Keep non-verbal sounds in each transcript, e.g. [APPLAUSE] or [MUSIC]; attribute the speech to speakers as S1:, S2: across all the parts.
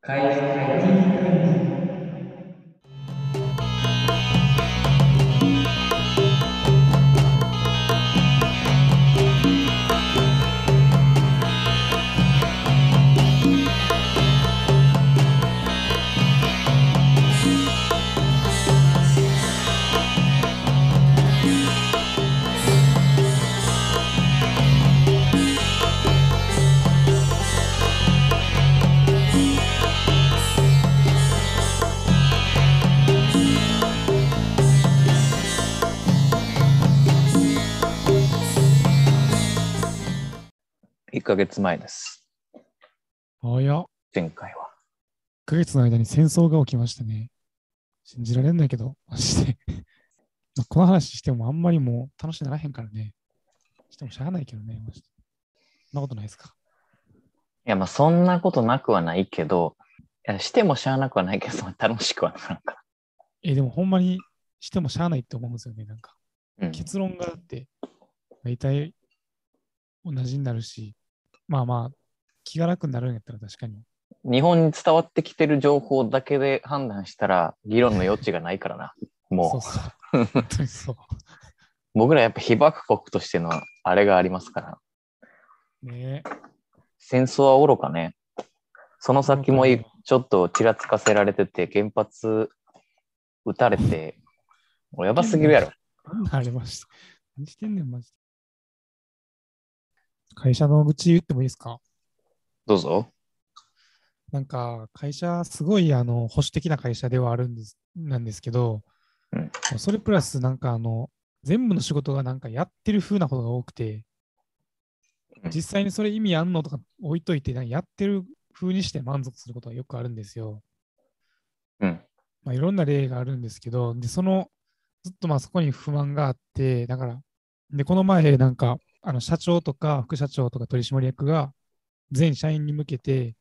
S1: 開始開始開始
S2: 1ヶ月前です。
S3: 早っ。
S2: 前回は。
S3: 1ヶ月の間に戦争が起きましたね。信じられんだけど、マジで。 [LAUGHS] まあこの話してもあんまりもう楽しくならへんからね。してもしゃあないけどね、マジで。そんなことないですか。
S2: いや、まあそんなことなくはないけど、いやしてもしゃあなくはないけど、 [LAUGHS] 楽しくはならんか
S3: え、でもほんまにしてもしゃあないって思うんですよね、なんか。
S2: ら。うん。
S3: 結論があって、大体同じになるし、まあまあ、気が楽になるんやったら確かに。
S2: 日本に伝わってきてる情報だけで判断したら、議論の余地がないから [LAUGHS] な。もう
S3: そうそう。本当にそう。
S2: 僕らやっぱ被爆国としてのあれがありますから、
S3: ねえ
S2: 戦争は愚かね。その先もい
S3: 愚か
S2: ちょっとちらつかせられてて、原発撃たれて、もうやばすぎるやろ。
S3: なんなんありました。何してんねん、マジで。会社の愚痴言ってもいいですか
S2: どうぞ。
S3: なんか、会社、すごいあの保守的な会社ではあるんです、なんですけど、
S2: うん
S3: それプラス、なんかあの、全部の仕事がなんかやってる風なことが多くて
S2: うん、
S3: 実際にそれ意味あんのとか置いといて、なんかやってる風にして満足することがよくあるんですよ。
S2: うん。
S3: まあ、いろんな例があるんですけど、で、その、ずっとまあそこに不満があって、だから、で、この前、なんか、あの社長とか副社長とか取締役が、全社員に向けて、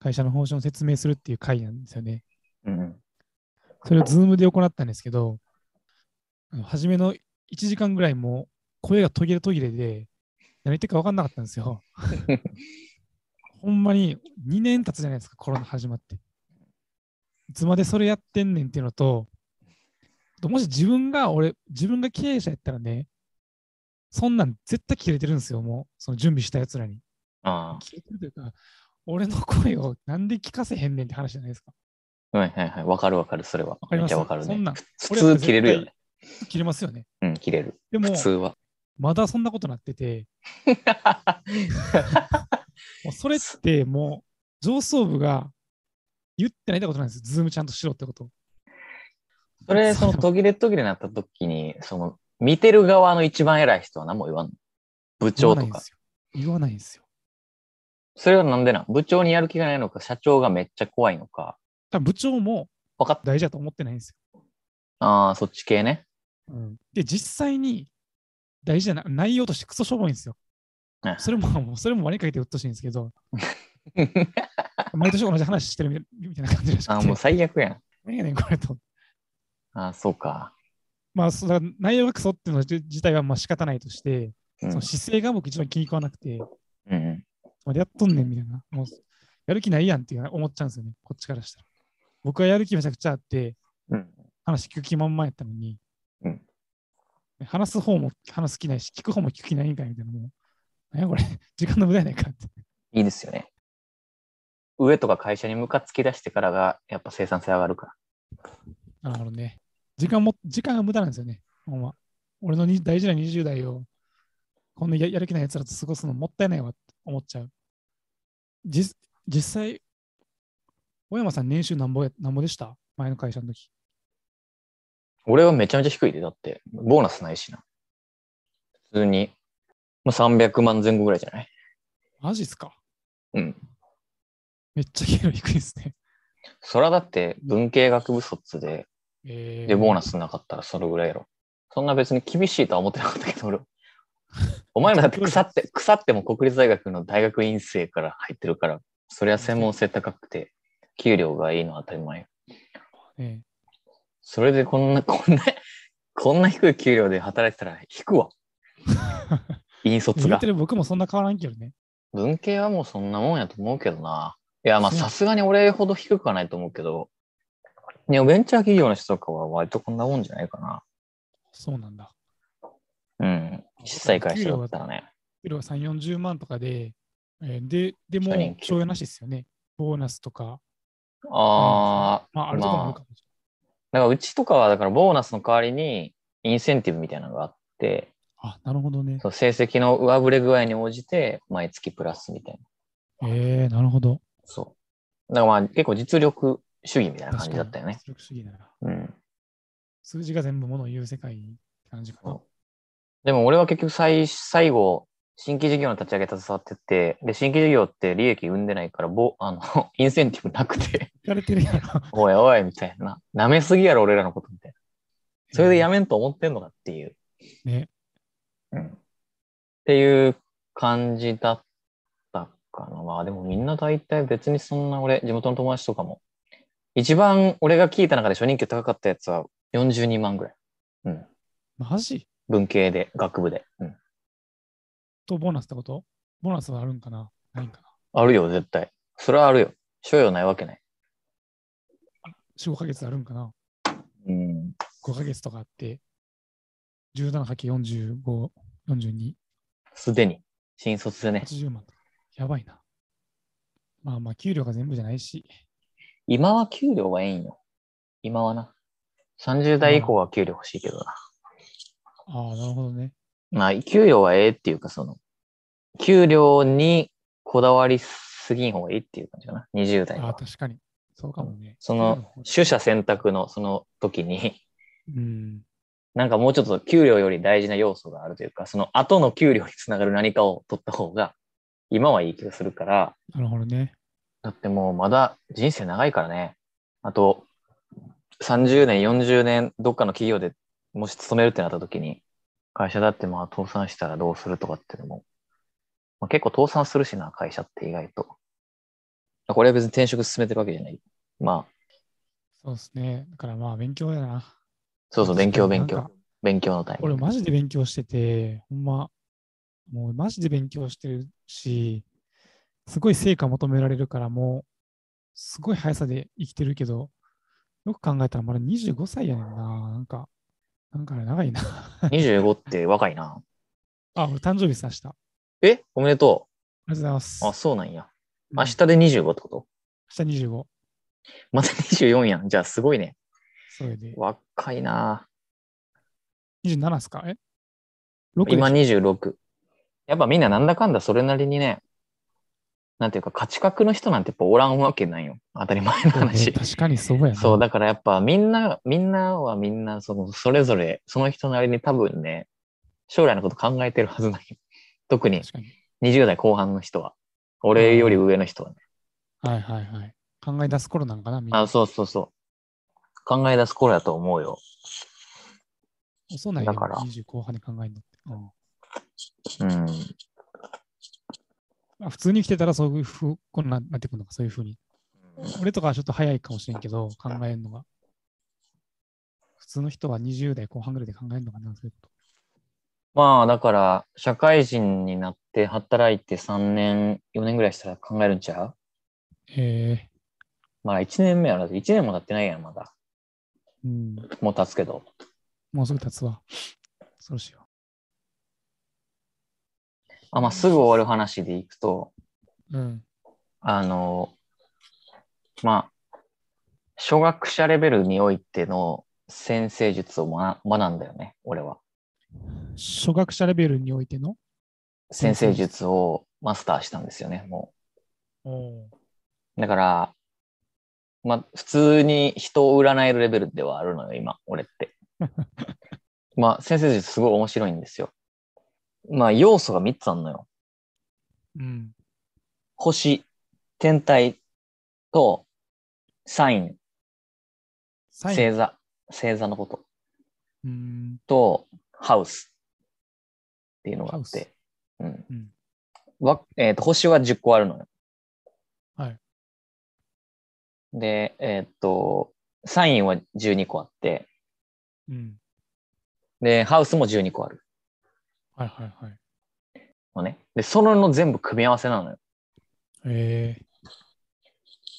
S3: 会社の方針を説明するっていう会なんですよね。
S2: うん。
S3: それをズームで行ったんですけど、あの初めの1時間ぐらいもう声が途切れ途切れで、何言ってるか分かんなかったんですよ。ほんまに2年経つじゃないですか、コロナ始まって。いつまでそれやってんねんっていうのと、あともし自分が、俺、自分が経営者やったらね、そんなん絶対切れてるんですよ、もう、その準備したやつらに。
S2: あ
S3: 切れてるというか、俺の声をなんで聞かせへんねんって話じゃないですか。
S2: あ。はいはいはい。わかるわかる。それは。
S3: わか
S2: めっ
S3: りま
S2: ち
S3: す
S2: ゃわかる
S3: そ
S2: ね
S3: ん。なん
S2: 普
S3: 俺ら
S2: 通切れるよね
S3: 絶。切れますよね。
S2: うん、切れる。
S3: でも
S2: 普、通は。
S3: まだそんなことなってて、もうそれってもう上層部が言ってないってことなんですよ。ズームちゃんとしろってこと。
S2: それ、その
S3: う
S2: 途切れ途切れになった時に、その、見てる側の一番偉い人は何も言わんの。部長と
S3: 言わないんで
S2: か。
S3: すよ。言わないんですよ。
S2: それはなんでなん部長にやる気がないのか、社長がめっちゃ怖いのか。
S3: 多分部長も
S2: 分かっ
S3: 大事だと思ってないんです
S2: た。ああ、そっち系ね。
S3: よ。で、実際に大事じゃない、内容としてクソしょぼいんですよ
S2: はい。
S3: それも、もうそれも割にかけてうっとうしいんですけど、毎年同じ話してるみたいなみたいな感じらしくて。
S2: ああ、もう最悪やん。
S3: 何やねん、これと。
S2: ああ、そうか。
S3: まあ、そうだから内容がクソっていうの自自体はまあ仕方ないとして、
S2: うん
S3: その姿勢が僕一番気に食わなくて、
S2: うん。
S3: までやっとんねんみたいな。もうやる気ないやんっていうのは思っちゃうんですよね、こっちからしたら。僕はやる気めちゃくちゃあって、
S2: うん。
S3: 話聞く気満々やったのに、
S2: うん
S3: 話す方も話す気ないし、聞く方も聞く気ないんかいみたいな。もう、何やこれ、時間の無駄やないかって。
S2: いいですよね。上とか会社にムカつき出してからが、やっぱ生産性上がるから。
S3: なるほどね。時間も、時間が無駄なんですよね。ほんま。俺のに大事な20代を、こんなややる気ない奴らと過ごすのもったいないわって思っちゃう。実実際、小山さん年収なんぼやなんぼでした前の会社の時。
S2: 俺はめちゃめちゃ低いで、だって、ボーナスないしな。普通に、まあ、300万前後ぐらいじゃない
S3: マジっすか
S2: うん。
S3: めっちゃ給料低いですね。
S2: そらだって文系学部卒で、
S3: え
S2: で、ボー
S3: ナ
S2: ナスなかったらそれぐらいやろ。そんな別に厳しいとは思ってなかったけど、俺。 [LAUGHS] お前らだって腐って、腐っても国立大学の大学院生から入ってるから、そりゃ専門性高くて、給料がいいのは当たり前よ。
S3: ス、え
S2: それでこんな、こんな、こんな低い給料で働いてたら引くわ。引
S3: え
S2: 率
S3: 言
S2: が
S3: って。る僕もそんな変わらんけどね。
S2: 文系はもうそんなもんやと思うけどな。いや、まあ、
S3: そう
S2: さすがに俺ほど低くはないと思うけど、ね、ベンチャー企業の人とかは割とこんなもんじゃないか
S3: そうなんだ。
S2: な。うん。小さい会社だったらね。
S3: 給料は3、40万とかで、えーで、でも
S2: 一人、給
S3: 賞与なしですよね。ボーナスとか、
S2: ああ、
S3: まあ、あれとかもあるかもし
S2: だからうちとかは、だからボーナスの代わりに、インセンティブみたいなのがあって、
S3: れない。あ、なるほどね。
S2: そう成績の上振れ具合に応じて、毎月プラスみたいな。
S3: えー、なるほど。
S2: そう。だからまあ、結構実力主義みたいな感じだったよね。
S3: 確かに。出力主義だな
S2: うん。
S3: 数字が全部ものを言う世界って感じかな
S2: そ。でも俺は結局最最後、新規事業の立ち上げ携わってて、で、新規事業って利益生んでないから、ぼあの [LAUGHS] インセンティブなくて、 [LAUGHS]
S3: いかれてるやろ。
S2: おいおい、みたいな。舐めすぎやろ、俺らのこと、みたいな。それでやめんと思ってんのかっていう。
S3: ね。
S2: うん。っていう感じだったかな。まあでもみんな大体別にそんな俺、地元の友達とかも。一番俺が聞いた中で初任給高かったやつは42万ぐらい。うん。
S3: マジ
S2: 文系で、学部で。うん。
S3: とボーナスってことボーナスはあるんかなないんかな
S2: あるよ、絶対。それはあるよ。所要ないわけない。
S3: ?4、5ヶ月あるんかな
S2: うん。
S3: ?5 ヶ月とかあって、17×45、42、
S2: すでに。新卒でね。
S3: 80万とか。やばいな。まあまあ、給料が全部じゃないし、
S2: 今は給料がええんよ。今はな。30代以降は給料欲しいけどな。
S3: ああ、なるほどね。
S2: まあ、給料はええっていうか、その、給料にこだわりすぎん方がいいっていう感じかな。20代
S3: ああ、
S2: は。
S3: 確かに。そうかもね。
S2: その、取捨選択のその時に、 [LAUGHS]
S3: うん。
S2: なんかもうちょっと給料より大事な要素があるというか、その後の給料につながる何かを取った方が、今はいい気がするから、
S3: なるほどね。
S2: だってもうまだ人生長いからね。あと、30年、40年、どっかの企業でもし勤めるってなった時に、会社だってまあ倒産したらどうするとかっていうのも、まあ、結構倒産するしな、会社って意外と。これは別に転職進めてるわけじゃない。まあ、
S3: そうですね。だからまあ、勉強やな。
S2: そうそう、勉強、
S3: な
S2: 勉
S3: んか
S2: 強、勉強のタイミ
S3: 俺
S2: ング。
S3: マジで勉強してて、ほんま、もうマジで勉強してるし、すごい成果求められるから、もう、すごい速さで生きてるけど、よく考えたらまだ25歳やねんな。なんか、なんかあれ長いな。 [LAUGHS]
S2: 25って若いな。
S3: あ、俺誕生日さした。あ
S2: えおめでと
S3: りがとうございます。
S2: う。あ、そうなんや。
S3: うん
S2: 明日で25ってこと
S3: 明日25。
S2: また24やん。じゃあすごいね。
S3: それで。
S2: 若いな。
S3: 27っすかえ ?6 でしょ
S2: 今26。やっぱみんななんだかんだそれなりにね、なんていうか価値観の人なんてやっぱおらんわけないよ。当たり前の
S3: そう
S2: 話
S3: ね。確かにそうやな。
S2: そう、だからやっぱみんな、みんなはみんな、その、それぞれ、その人なりに多分ね、将来のこと考えてるはずない。特に
S3: 確かに。
S2: 20代後半の人は。俺より上の人はね。
S3: はいはいはい。考え出す頃なんかな、みんな
S2: あ、。そうそうそう。考え出す頃やと思うよ。
S3: 遅ないよ
S2: だから
S3: 20後半で考えるのって。うん
S2: うん。
S3: まあ普通に来てたらそういうふう、こんななってくるのか、そういうふうに。俺とかはちょっと早いかもしれんけど、考えるのが。普通の人は20代後半ぐらいで考えるのかな、そういうこ
S2: まあだから、社会人になって働いて3年、4年ぐらいしたら考えるんちゃう
S3: と。へえ
S2: まあ1年目はだって1年も経ってないやん、まだ。
S3: うん。
S2: もう経つけど。
S3: もうすぐ経つわ。そうしよ
S2: あまあ、すぐ終わる話でいくと、
S3: う。うん。
S2: あの、まあ、初学者レベルにおいての先生術を学学んだよね、俺は。
S3: 初学者レベルにおいての
S2: 先生術をマスターしたんですよね、も
S3: おー
S2: う。だから、まあ、普通に人を占えるレベルではあるのよ、今、俺って。まあ、先生術すごい面白いんですよ。まあ、要素が3つあるのよ。
S3: うん。
S2: 星、天体とサイン、
S3: サイン。
S2: 星座、星座のこと
S3: うん。
S2: とハウスっていうのがあっ
S3: ハウ
S2: て、うん
S3: うん
S2: わえー、と星は10個あるのよ。
S3: はい
S2: で、えっ、と、サインは12個あって、
S3: うん。
S2: で、ハウスも12個ある
S3: はいはいはい。
S2: のね。で、そのの全部組み合わせなのよ。
S3: え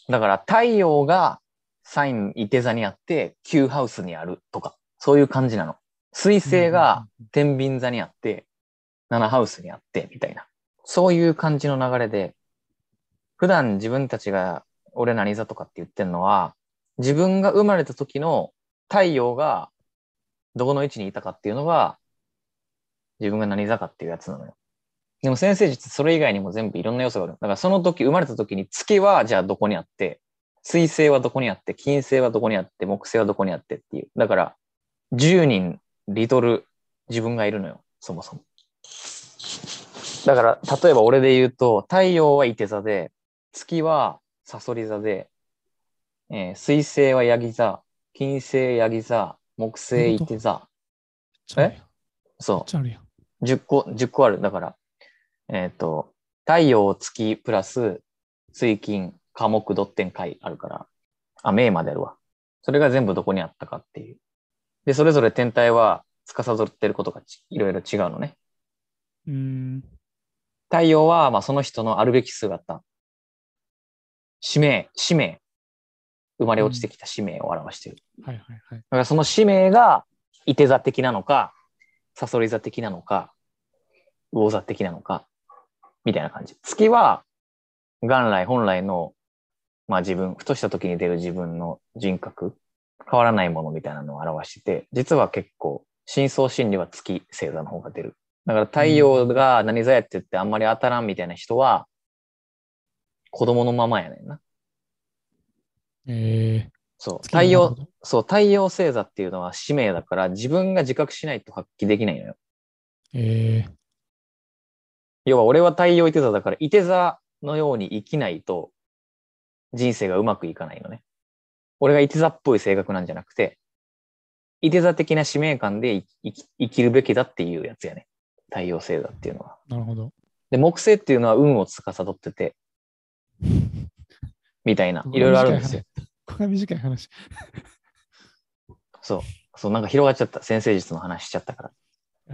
S2: だから太陽がサインいて座にあって、旧ハウスにあるとか、そういう感じなの。水星が天秤座にあって、7ハウスにあって、みたいな。そういう感じの流れで、普段自分たちが、俺何座とかって言ってるのは、自分が生まれた時の太陽がどこの位置にいたかっていうのが、自分が何座かっていうやつなのよ。でも先生術それ以外にも全部いろんな要素がある。だからその時、生まれた時に月はじゃあどこにあって、水星はどこにあって、金星はどこにあって、木星はどこにあってっていう。だから、10人リトル自分がいるのよ、そもそも。だから、例えば俺で言うと、太陽は伊手座で、月はサソリ座で、えー水星はヤギ座、金星ヤギ座、木星伊手座。
S3: ちゃうやん
S2: そう。
S3: ちゃうやん。
S2: 10個、10個ある。だから、えっ、と、太陽、月、プラス、水金、火木、土天、海あるから、あ、明まであるわ。それが全部どこにあったかっていう。で、それぞれ天体は、司ってることがちいろいろ違うのね。
S3: うーん。
S2: 太陽は、まあ、その人のあるべき姿。使命、使命。生まれ落ちてきた使命を表してる。
S3: はいはいはい。
S2: だからその使命が、伊手座的なのか、サソリ座的なのか、魚座的なのか、みたいな感じ。月は、元来、本来の、まあ自分、ふとした時に出る自分の人格、変わらないものみたいなのを表してて、実は結構、深層心理は月星座の方が出る。だから太陽が何座やって言ってあんまり当たらんみたいな人は、子供のままやねんな。
S3: えー、
S2: そう。
S3: 月
S2: 太
S3: の
S2: 陽
S3: 中、で
S2: そう、太陽星座っていうのは使命だから、自分が自覚しないと発揮できないのよ。
S3: えー、
S2: 要は、俺は太陽いて座だから、いて座のように生きないと、人生がうまくいかないのね。俺がいて座っぽい性格なんじゃなくて、いて座的な使命感で生き生きるべきだっていうやつやね。太陽星座っていうのは。
S3: なるほど。
S2: で、木星っていうのは運を司ってて、みたいな、いろいろあるんです
S3: [LAUGHS]
S2: よ。
S3: これは短い話。
S2: そう。そう、なんか広がっちゃった。先生術の話しちゃったから。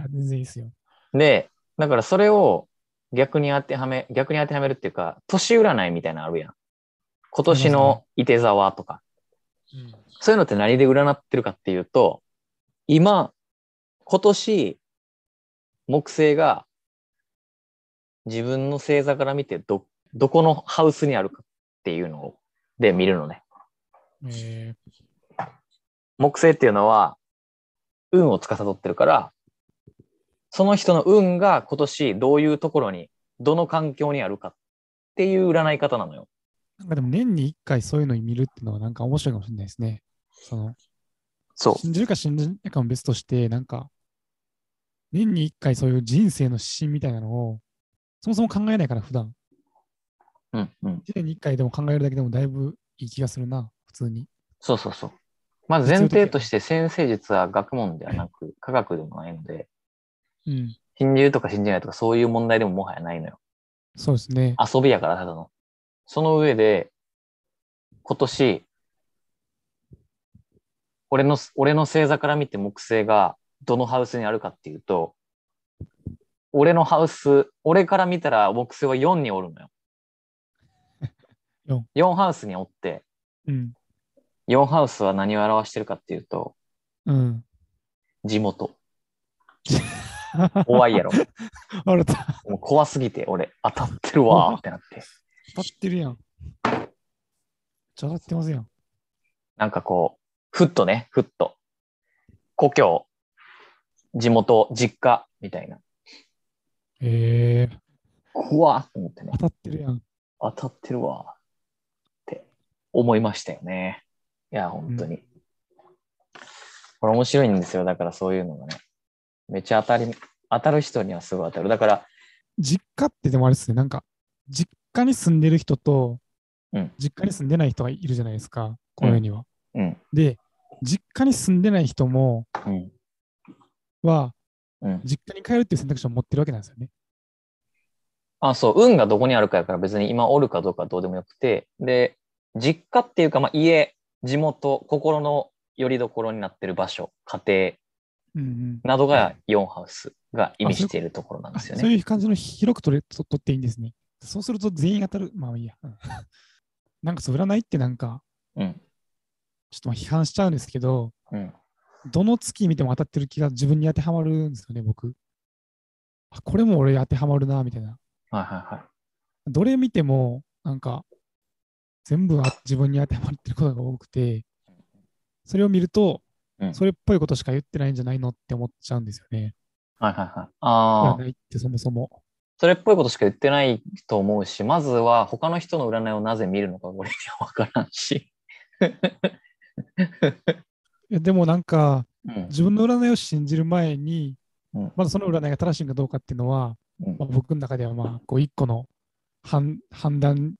S3: いや全然いいですよ。
S2: で、だからそれを逆に当てはめ、逆に当てはめるっていうか、年占いみたいなのあるやん。今年の伊手座はとか、そういうのって何で占ってるかっていうと、今、今年、木星が自分の星座から見てど、どこのハウスにあるかっていうのを、で見るのね。
S3: えー、
S2: 木星っていうのは、運を司ってるから、その人の運が今年どういうところに、どの環境にあるかっていう占い方なのよ。
S3: なんかでも年に1回そういうの見るっていうのはなんか面白いかもしれないですね。その
S2: そ
S3: 信じるか信じないかも別として、なんか、年に1回そういう人生の指針みたいなのを、そもそも考えないから、普段。
S2: う。うんうん。
S3: 1年に1回でも考えるだけでもだいぶいい気がするな、普通に。
S2: そうそうそう。まず前提として先生術は学問ではなく、科学でもないので、
S3: うん。
S2: 信じるとか信じないとかそういう問題でももはやないのよ。
S3: そうですね。
S2: 遊びやから、ただの。その上で、今年、俺の、俺の星座から見て木星がどのハウスにあるかっていうと、俺のハウス、俺から見たら木星は4におるのよ。
S3: 四
S2: 4ハウスにおって、
S3: うん。
S2: 4ハウスは何を表してるかっていうと、
S3: うん。 [LAUGHS]
S2: 地元。怖いやろ。
S3: 笑った。
S2: もう怖すぎて、俺、当たってるわーってなって。
S3: 当たってるやん。めっちゃ当たってますやん。
S2: なんかこう、ふっとね、ふっと。故郷、地元、実家、みたいな。
S3: ええー、
S2: 怖っと思ってね
S3: 当、たってるやん。
S2: 当たってるわ。って思いましたよね。いや、本当に。これ面白いんですよ。だからそういうのがね。めっちゃ当たり、当たる人にはすごい当たる。だから、
S3: 実家ってでもあれですね、なんか、実家に住んでる人と、
S2: うん
S3: 実家に住んでない人がいるじゃないですか、この世には。
S2: うん、
S3: で、実家に住んでない人も、
S2: うん、
S3: は、
S2: うん。
S3: 実家に帰るっていう選択肢を持ってるわけなんですよね。
S2: あ、そう、運がどこにあるかやから別に今おるかどうかはどうでもよくて、で、実家っていうか、まあ、家、地元、心の拠り所になってる場所、家庭、
S3: うんうん
S2: などが4ハウスが意味しているところなん
S3: あ
S2: ですよ
S3: そう
S2: ね。
S3: いう感じの広く取れと取っていいんですね。そうすると全員当たる。まあいいや。うん [LAUGHS] なんかそう占いってなんか、
S2: うん。
S3: ちょっとまあ批判しちゃうんですけど、
S2: うん。
S3: どの月見ても当たってる気が自分に当てはまるんですよね、僕。あ、これも俺当てはまるな、みたいな。
S2: はいはいはい。
S3: どれ見ても、なんか、全部あ自分に当てはまってることが多くて、それを見ると、
S2: うん
S3: それっぽいことしか言ってないんじゃないのって思っちゃうんですよね。
S2: はいはいはい。ああ、
S3: 占いってそもそも。
S2: それっぽいことしか言ってないと思うし、まずは他の人の占いをなぜ見るのか、俺には分からんし。
S3: いやでもなんか、
S2: うん。
S3: 自分の占いを信じる前に、
S2: うん
S3: まだその占いが正しいかどうかっていうのは、
S2: うん
S3: まあ、僕の中ではまあこう一個の判判断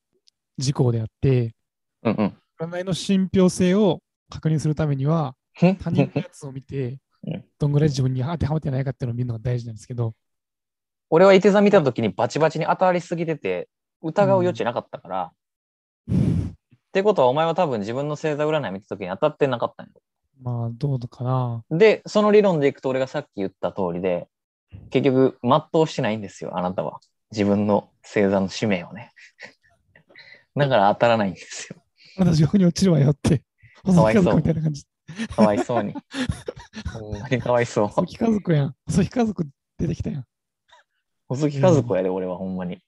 S3: 事項であって
S2: うんうん。
S3: 占いの信憑性を確認するためには
S2: ふん
S3: 他人のやつを見て
S2: うん
S3: どんぐらい自分に当てはまってないかっていうのを見るのが大事なんですけど
S2: 俺は伊手座見た時にバチバチに当たりすぎてて、疑う余地なかったから。ってことは、お前は多分自分の星座占い見た時に当たってなかったんよ
S3: まあどうかな
S2: で、その理論でいくと、俺がさっき言った通りで、結局、全うしてないんですよ、あなたは。自分の星座の使命をね。 [LAUGHS] だから当たらないんですよ。
S3: 私逆に落ちるわよって
S2: [LAUGHS] かわ
S3: 細
S2: いそう
S3: 木家族みたい
S2: [LAUGHS]
S3: な感じ
S2: かわいそう
S3: [LAUGHS]
S2: に。ほんまにかわいそう。
S3: 細木家族やん細木家族出てきたやん
S2: 細木和子やで、俺はほんまに。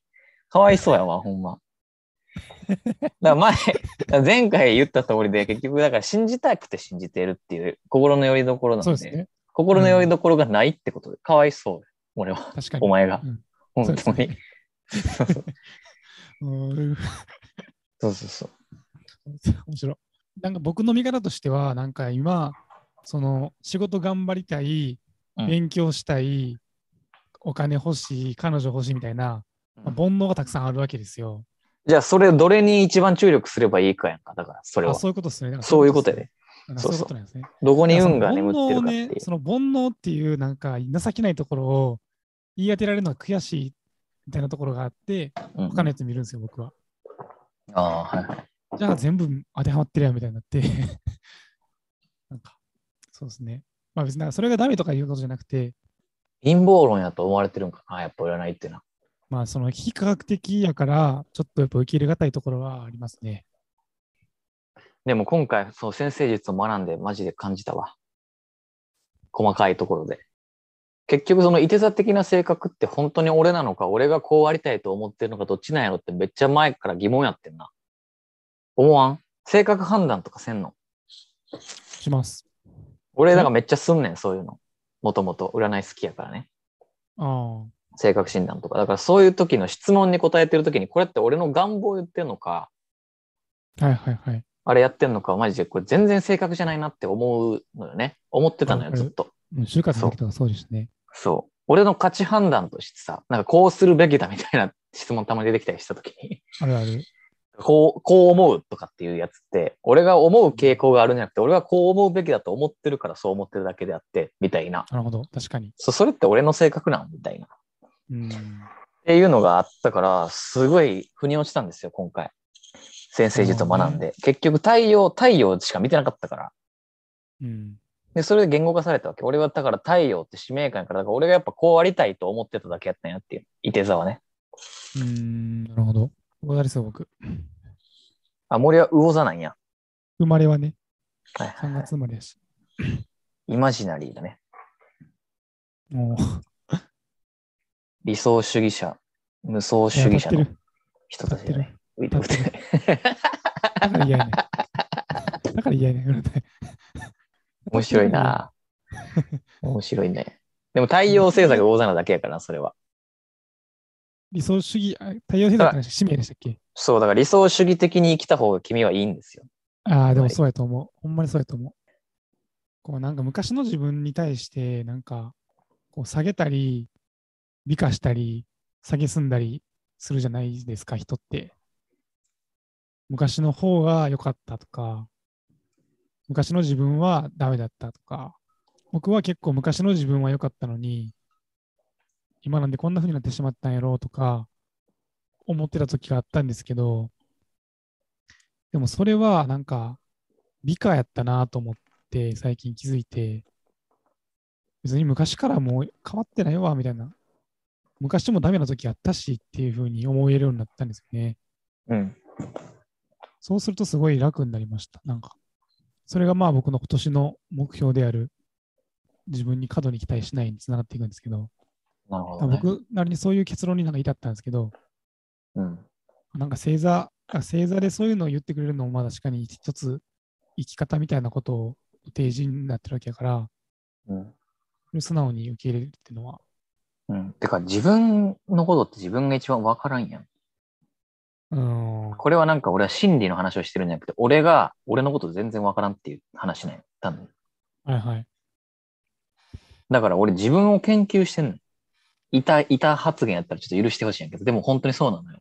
S2: かわいそうやわ、ほんま。だから前、前回言った通りで、結局、だから信じたくて信じてるっていう心の拠り所なん
S3: そう
S2: で、
S3: ですね
S2: 心の拠り所がないってことで、かわいそう。俺は、
S3: 確かに
S2: お前が。
S3: うん
S2: 本当
S3: そうで
S2: に。そうそう
S3: うん [LAUGHS]
S2: そうそうそう。
S3: 面白い。なんか僕の見方としては、なんか今、その仕事頑張りたい、
S2: うん
S3: 勉強したい、お金欲しい、彼女欲しいみたいな、まあ
S2: うん
S3: 煩悩がたくさんあるわけですよ。
S2: じゃあ、それ、どれに一番注力すればいいかやんか。だから、それ
S3: あ
S2: は。
S3: そういうことですね。なんか
S2: そういうことやで。
S3: なんかそういう
S2: そ
S3: こ
S2: う
S3: となんですね。
S2: どこに
S3: なんかその
S2: 運が眠ってるかっ
S3: 煩
S2: てい
S3: 悩
S2: う
S3: をね。その煩悩っていう、なんか情けないところを言い当てられるのが悔しいみたいなところがあって、
S2: うん
S3: 他のやつ見るんですよ、僕は。
S2: ああ、はいはい。
S3: じゃあ全部当てはまってるやんみたいになって、 [LAUGHS] なんか、そうですね。まあ別になんかそれがダメとかいうことじゃなくて、
S2: 陰謀論やと思われてるんかな、やっぱ占いっていうのは。
S3: まあその非科学的やから、ちょっとやっぱ受け入れがたいところはありますね。
S2: でも今回、そう、先生術を学んで、マジで感じたわ。細かいところで。結局、その、いて座的な性格って本当に俺なのか、俺がこうありたいと思ってるのか、どっちなんやろってめっちゃ前から疑問やってんな。思わん性格判断とかせんの
S3: します。
S2: 俺、なんかめっちゃすんねん、そういうの。もともと、占い好きやからね。
S3: ああ、
S2: 性格診断とか。だからそういう時の質問に答えてる時に、これって俺の願望言ってんのか、
S3: はいはいはい。
S2: あれやってんのか、マジでこれ全然性格じゃないなって思うのよね。思ってたのよ、
S3: わか
S2: ず
S3: る
S2: っと。
S3: うん就活の時とかそうですね。
S2: そう。俺の価値判断としてさ、なんかこうするべきだみたいな質問たまに出てきたりした時に、 [LAUGHS]
S3: あるある。
S2: こう、こう思うとかっていうやつって、俺が思う傾向があるんじゃなくて、俺はこう思うべきだと思ってるからそう思ってるだけであって、みたいな。
S3: なるほど。確かに。
S2: そそれって俺の性格なんみたいな。
S3: うん。
S2: っていうのがあったから、すごい腑に落ちたんですよ、今回。先生術を学んで。結局、太陽、太陽しか見てなかったから。
S3: うん。
S2: で、それで言語化されたわけ。俺はだから太陽って使命感やから、だから俺がやっぱこうありたいと思ってただけやったんやっていう。伊手座はね。
S3: うん。なるほど。わかりそう、僕。
S2: あ、森は魚座なんや。
S3: 生まれはね、
S2: はいはい
S3: 3
S2: はい
S3: 月生まれやし。
S2: イマジナリーだね。
S3: もう、
S2: 理想主義者、無双主義者の人たちだね。浮いて
S3: 当
S2: 浮
S3: た
S2: い
S3: ってる
S2: て。
S3: だから嫌やね。だから嫌やね。占い
S2: 面白いな面白いね。でも太陽星座が魚座なだけやからな、それは。
S3: 理想主義、あ太陽星座って話使命でしたっけ
S2: そう、だから理想主義的に生きた方が君はいいんですよ。
S3: ああ、で
S2: は
S3: も
S2: い
S3: そうやと思う。ほんまにそうやと思う。こうなんか昔の自分に対して、なんか、こう下げたり、美化したり、下げすんだりするじゃないですか、人って。昔の方が良かったとか、昔の自分はダメだったとか、僕は結構昔の自分は良かったのに、今なんでこんな風になってしまったんやろうとか、思ってた時があったんですけど、でもそれはなんか美化やったなと思って最近気づいて別に昔からもう変わってないわみたいな昔もダメな時あったしっていうふうに思えるようになったんですよね
S2: うん。
S3: そうするとすごい楽になりました。なんか、それがまあ僕の今年の目標である自分に過度に期待しないにつながっていくんですけど、
S2: なるほど、ね。
S3: 僕なりにそういう結論になんか至ったんですけど、
S2: うん。
S3: なんか星座、あ星座でそういうのを言ってくれるのもまあ確かに一つ生き方みたいなことを提示になってるわけやから、
S2: うん。
S3: それを素直に受け入れるっていうのは、
S2: うん。てか、自分のことって自分が一番わからんやん。
S3: うーん、
S2: これはなんか俺は心理の話をしてるんじゃなくて、俺が俺のこと全然わからんっていう話なんや。多分
S3: はいはい。
S2: だから俺自分を研究してんの。いた、いた発言やったらちょっと許してほしいんやけど、でも本当にそうなのよ。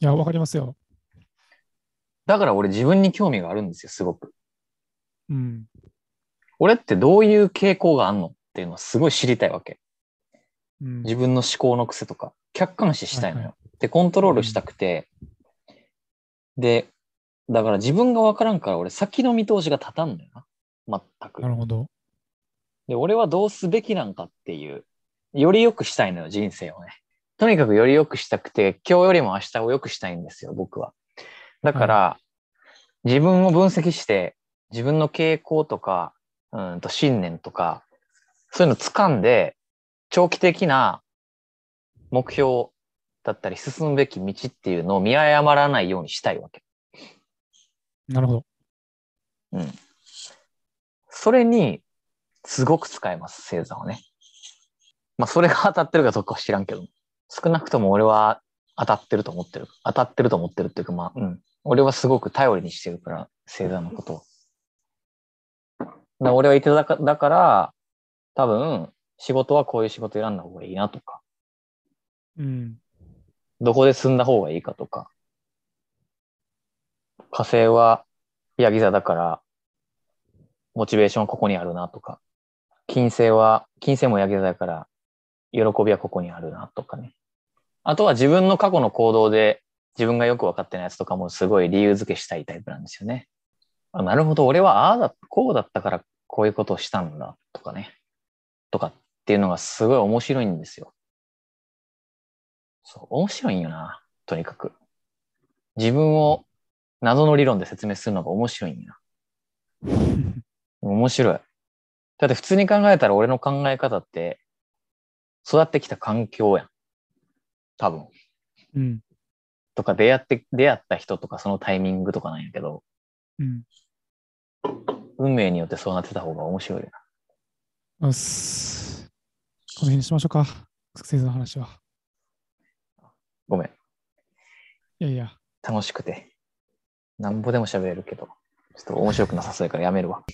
S3: いや、わかりますよ。
S2: だから俺自分に興味があるんですよ、すごく。
S3: うん。
S2: 俺ってどういう傾向があんのっていうのをすごい知りたいわけ。
S3: うん、
S2: 自分の思考の癖とか、客観視したいの
S3: はい
S2: よ。で、コントロールしたくて、で、だから自分がわからんから俺先の見通しが立たんのよな。全く
S3: な。るほど。
S2: で、俺はどうすべきなんかっていう、より良くしたいのよ、人生をね。とにかくより良くしたくて、今日よりも明日を良くしたいんですよ、僕は。だから、自分を分析して、自分の傾向とか、うんと信念とか、そういうの掴んで、長期的な目標だったり、進むべき道っていうのを見誤らないようにしたいわけ。
S3: なるほど。
S2: うん。それに、すごく使えます、星座をね。まあ、それが当たってるかどうかは知らんけど、少なくとも俺は当たってると思ってる。当たってると思ってるっていうか、まあ、うん。俺はすごく頼りにしてるから、星座のことを。だ俺はいてだかだから、多分、仕事はこういう仕事選んだ方がいいなとか、
S3: うん。 [LAUGHS]
S2: どこで住んだ方がいいかとか、火星はヤギ座だから、モチベーションはここにあるなとか、金星は、金星もヤギ座だから、喜びはここにあるなとかね。あとは自分の過去の行動で自分がよく分かってないやつとかもすごい理由付けしたいタイプなんですよね。あなるほど、俺はああだ、こうだったからこういうことをしたんだとかね。とかっていうのがすごい面白いんですよ。そう、面白いんよな。とにかく。自分を謎の理論で説明するのが面白いんよな。面白い。だって普通に考えたら俺の考え方って、育ってきた環境やん。多分。
S3: うん。
S2: とか出会って、出会った人とかそのタイミングとかなんやけど、
S3: うん。
S2: 運命によってそうなってた方が面白いよな。
S3: うっす。この辺にしましょうか。星座の話は。
S2: ごめん。
S3: いやいや。
S2: 楽しくて。なんぼでも喋れるけど、ちょっと面白くなさそうやからやめるわ。